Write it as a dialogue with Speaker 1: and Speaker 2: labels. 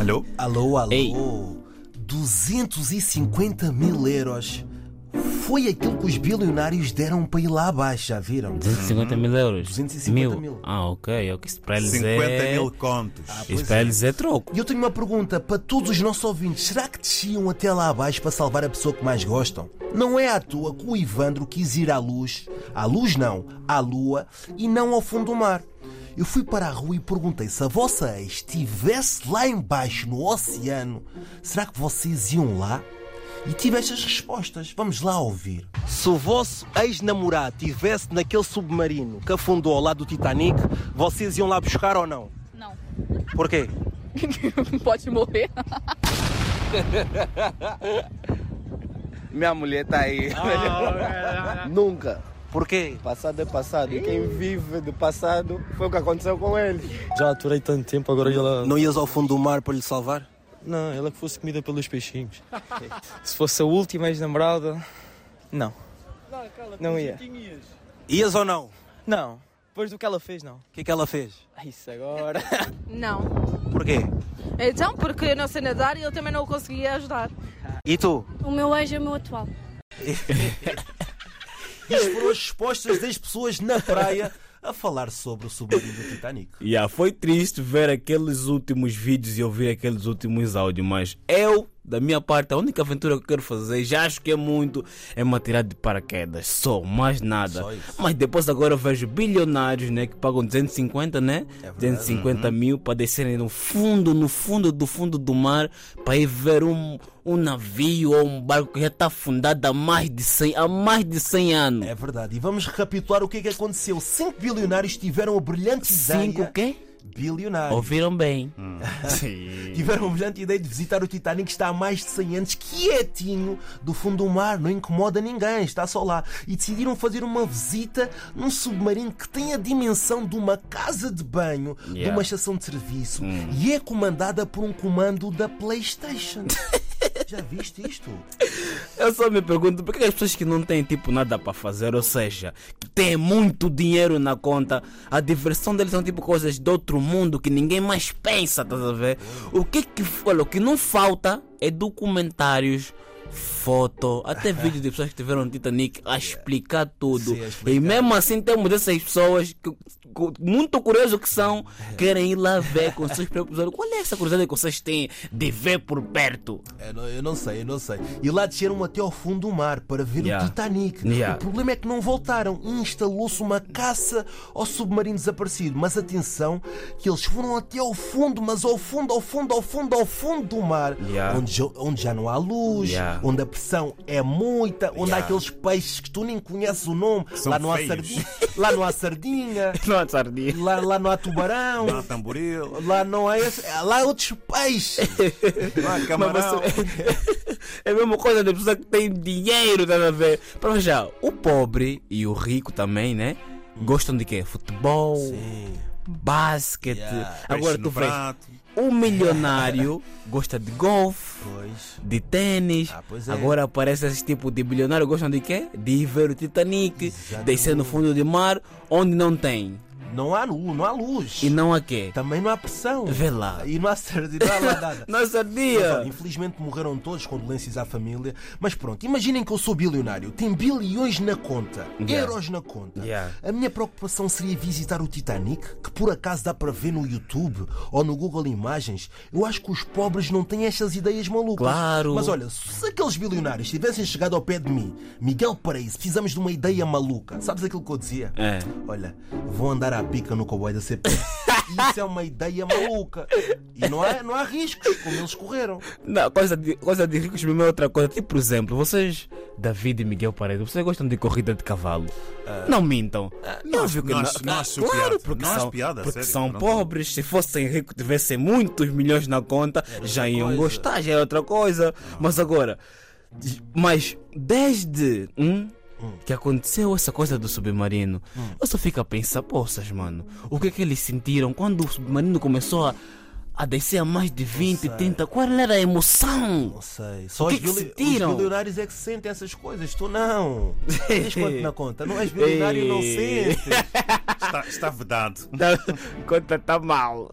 Speaker 1: Alô?
Speaker 2: Alô, alô.
Speaker 3: Ei.
Speaker 2: 250 mil euros. Foi aquilo que os bilionários deram para ir lá abaixo, já viram?
Speaker 3: 250 mil euros.
Speaker 2: 250 mil.
Speaker 3: Ah, ok. ok. Isso para eles
Speaker 1: 50
Speaker 3: é.
Speaker 1: mil contos.
Speaker 3: Isso para eles é troco.
Speaker 2: E eu tenho uma pergunta para todos os nossos ouvintes. Será que desciam até lá abaixo para salvar a pessoa que mais gostam? Não é à toa que o Ivandro quis ir à luz, à luz não, à lua, e não ao fundo do mar. Eu fui para a rua e perguntei se a vossa ex estivesse lá embaixo no oceano, será que vocês iam lá? E tive estas respostas. Vamos lá ouvir.
Speaker 4: Se o vosso ex-namorado estivesse naquele submarino que afundou ao lado do Titanic, vocês iam lá buscar ou não?
Speaker 5: Não.
Speaker 4: Porquê?
Speaker 5: Pode morrer.
Speaker 6: Minha mulher tá aí. Nunca.
Speaker 4: Porquê?
Speaker 6: Passado é passado. E quem vive do passado foi o que aconteceu com ele.
Speaker 7: Já aturei tanto tempo, agora ela.
Speaker 4: Não ias ao fundo do mar para lhe salvar?
Speaker 7: Não, ela que fosse comida pelos peixinhos. Se fosse a última ex-namorada. Não. Não ia.
Speaker 4: Ias ou não? O
Speaker 7: Não. Depois do que ela fez, não.
Speaker 4: que é que ela fez?
Speaker 7: Ah, Isso agora.
Speaker 8: Não.
Speaker 4: Porquê?
Speaker 8: Então, porque eu não sei nadar e eu também não o conseguia ajudar.
Speaker 4: E tu?
Speaker 5: O meu ex é o meu atual.
Speaker 2: Isto foram as respostas das pessoas na praia a falar sobre o submarino do Titanic.
Speaker 3: E ah, foi triste ver aqueles últimos vídeos e ouvir aqueles últimos áudios, mas eu, da minha parte, a única aventura que eu quero fazer, já acho que é muito, é me atirar de paraquedas, só, mais nada.
Speaker 2: Só isso.
Speaker 3: mas depois agora eu vejo bilionários, né, que pagam 250, né,
Speaker 2: É verdade. Uhum.
Speaker 3: 250 mil para descerem no fundo, no fundo do fundo do mar, para ir ver um, um navio ou um barco que já está afundado há mais de 100, há mais de 100 anos.
Speaker 2: É verdade. E vamos recapitular o que é que aconteceu. Cinco bilionários tiveram a brilhante
Speaker 3: Cinco
Speaker 2: ideia.
Speaker 3: o quê?
Speaker 2: Bilionários.
Speaker 3: Ouviram bem.
Speaker 2: Tiveram a brilhante ideia de visitar o Titanic que está há mais de 100 anos, quietinho, do fundo do mar, não incomoda ninguém, está só lá. E decidiram fazer uma visita num submarino que tem a dimensão de uma casa de banho, de
Speaker 3: Yeah.
Speaker 2: uma estação de serviço e é comandada por um comando da PlayStation. Já viste isto?
Speaker 3: Eu É só me pergunto por que as pessoas que não têm tipo nada para fazer, ou seja, que têm muito dinheiro na conta, a diversão deles são tipo coisas de outro mundo que ninguém mais pensa, estás a ver? O que que, olha, o que não falta é documentários, foto, até vídeos de pessoas que tiveram Titanic a explicar tudo.
Speaker 2: Sim, a explicar.
Speaker 3: E mesmo assim temos essas pessoas que, cu- muito curioso que são, querem ir lá ver com seus próprios olhos. Qual é essa curiosidade que vocês têm de ver por perto?
Speaker 2: Eu É, não, eu não sei, eu não sei. E lá desceram até ao fundo do mar para ver
Speaker 3: Yeah.
Speaker 2: o Titanic.
Speaker 3: Yeah.
Speaker 2: O problema é que não voltaram e instalou-se uma caça ao submarino desaparecido. Mas atenção, que eles foram até ao fundo, mas ao fundo, ao fundo, ao fundo, ao fundo do mar.
Speaker 3: Yeah.
Speaker 2: Onde, já, onde já não há luz,
Speaker 3: Yeah.
Speaker 2: onde a pressão é muita, onde há
Speaker 3: Yeah.
Speaker 2: aqueles peixes que tu nem conheces o nome.
Speaker 1: São
Speaker 2: lá, não há
Speaker 1: feios.
Speaker 2: sardinha, lá não há sardinha,
Speaker 3: Não, sardinha.
Speaker 2: lá, lá não há tubarão.
Speaker 1: Dá tamboril.
Speaker 2: Lá não há esse, lá há outros peixes.
Speaker 1: Dá
Speaker 3: Mas
Speaker 1: camarão.
Speaker 3: você- é a mesma coisa da pessoa que tem dinheiro, tá a ver? Para já, o pobre e o rico também, né? Gostam de quê? Futebol, basquete.
Speaker 2: Yeah.
Speaker 3: Agora
Speaker 1: Peixe
Speaker 3: tu
Speaker 1: no
Speaker 3: vês,
Speaker 1: prato.
Speaker 3: o milionário gosta de golfe,
Speaker 2: Pois.
Speaker 3: de tênis.
Speaker 2: Ah, pois é.
Speaker 3: Agora aparece esse tipo de bilionário, gostam de quê? De ir ver o Titanic, descer no fundo do mar, onde não tem.
Speaker 2: Não há luz, não há luz.
Speaker 3: E não há quê?
Speaker 2: Também não há pressão.
Speaker 3: Vê lá.
Speaker 2: E não há sardinha, não há lá nada.
Speaker 3: Nossa
Speaker 2: Mas, olha,
Speaker 3: dia!
Speaker 2: infelizmente morreram todos, condolências à família. Mas pronto, imaginem que eu sou bilionário, tenho bilhões na conta,
Speaker 3: Yeah.
Speaker 2: euros na conta.
Speaker 3: Yeah.
Speaker 2: A minha preocupação seria visitar o Titanic, que por acaso dá para ver no YouTube ou no Google Imagens. Eu acho que os pobres não têm estas ideias malucas.
Speaker 3: Claro.
Speaker 2: Mas olha, se aqueles bilionários tivessem chegado ao pé de mim, Miguel Paraíso, precisamos de uma ideia maluca. Sabes aquilo que eu dizia?
Speaker 3: É.
Speaker 2: Olha, vou andar à pica no cowboy da CP. Isso é uma ideia maluca. E não há, não há riscos, como eles correram.
Speaker 3: Não, coisa de, coisa de ricos mesmo é outra coisa. Tipo, por exemplo, vocês, David e Miguel Paredes, vocês gostam de corrida de cavalo? não mintam. Eu
Speaker 1: Ah. nós-
Speaker 3: vi que
Speaker 1: nós-
Speaker 3: não-
Speaker 1: nós
Speaker 3: claro,
Speaker 1: piada.
Speaker 3: porque
Speaker 1: Nós
Speaker 3: são,
Speaker 1: piada,
Speaker 3: porque
Speaker 1: sério,
Speaker 3: são
Speaker 1: pronto.
Speaker 3: pobres. Se fossem ricos, tivessem muitos milhões na conta, já iam
Speaker 2: coisa.
Speaker 3: gostar, já é outra coisa. Mas agora, de- mas desde hum, que aconteceu essa coisa do submarino, eu só fico a pensar, poças, mano, o que é que eles sentiram quando o submarino começou a. A descer a mais de 20, 30, qual era a emoção?
Speaker 2: Não sei. Só
Speaker 3: O que
Speaker 2: os,
Speaker 3: que
Speaker 2: bili-
Speaker 3: sentiram?
Speaker 2: os bilionários é que sentem essas coisas. Tu não. Tens quanto na conta? Não és bilionário e não
Speaker 3: Ei.
Speaker 2: sentes.
Speaker 1: Está, está vedado.
Speaker 3: Tá- Conta tá mal.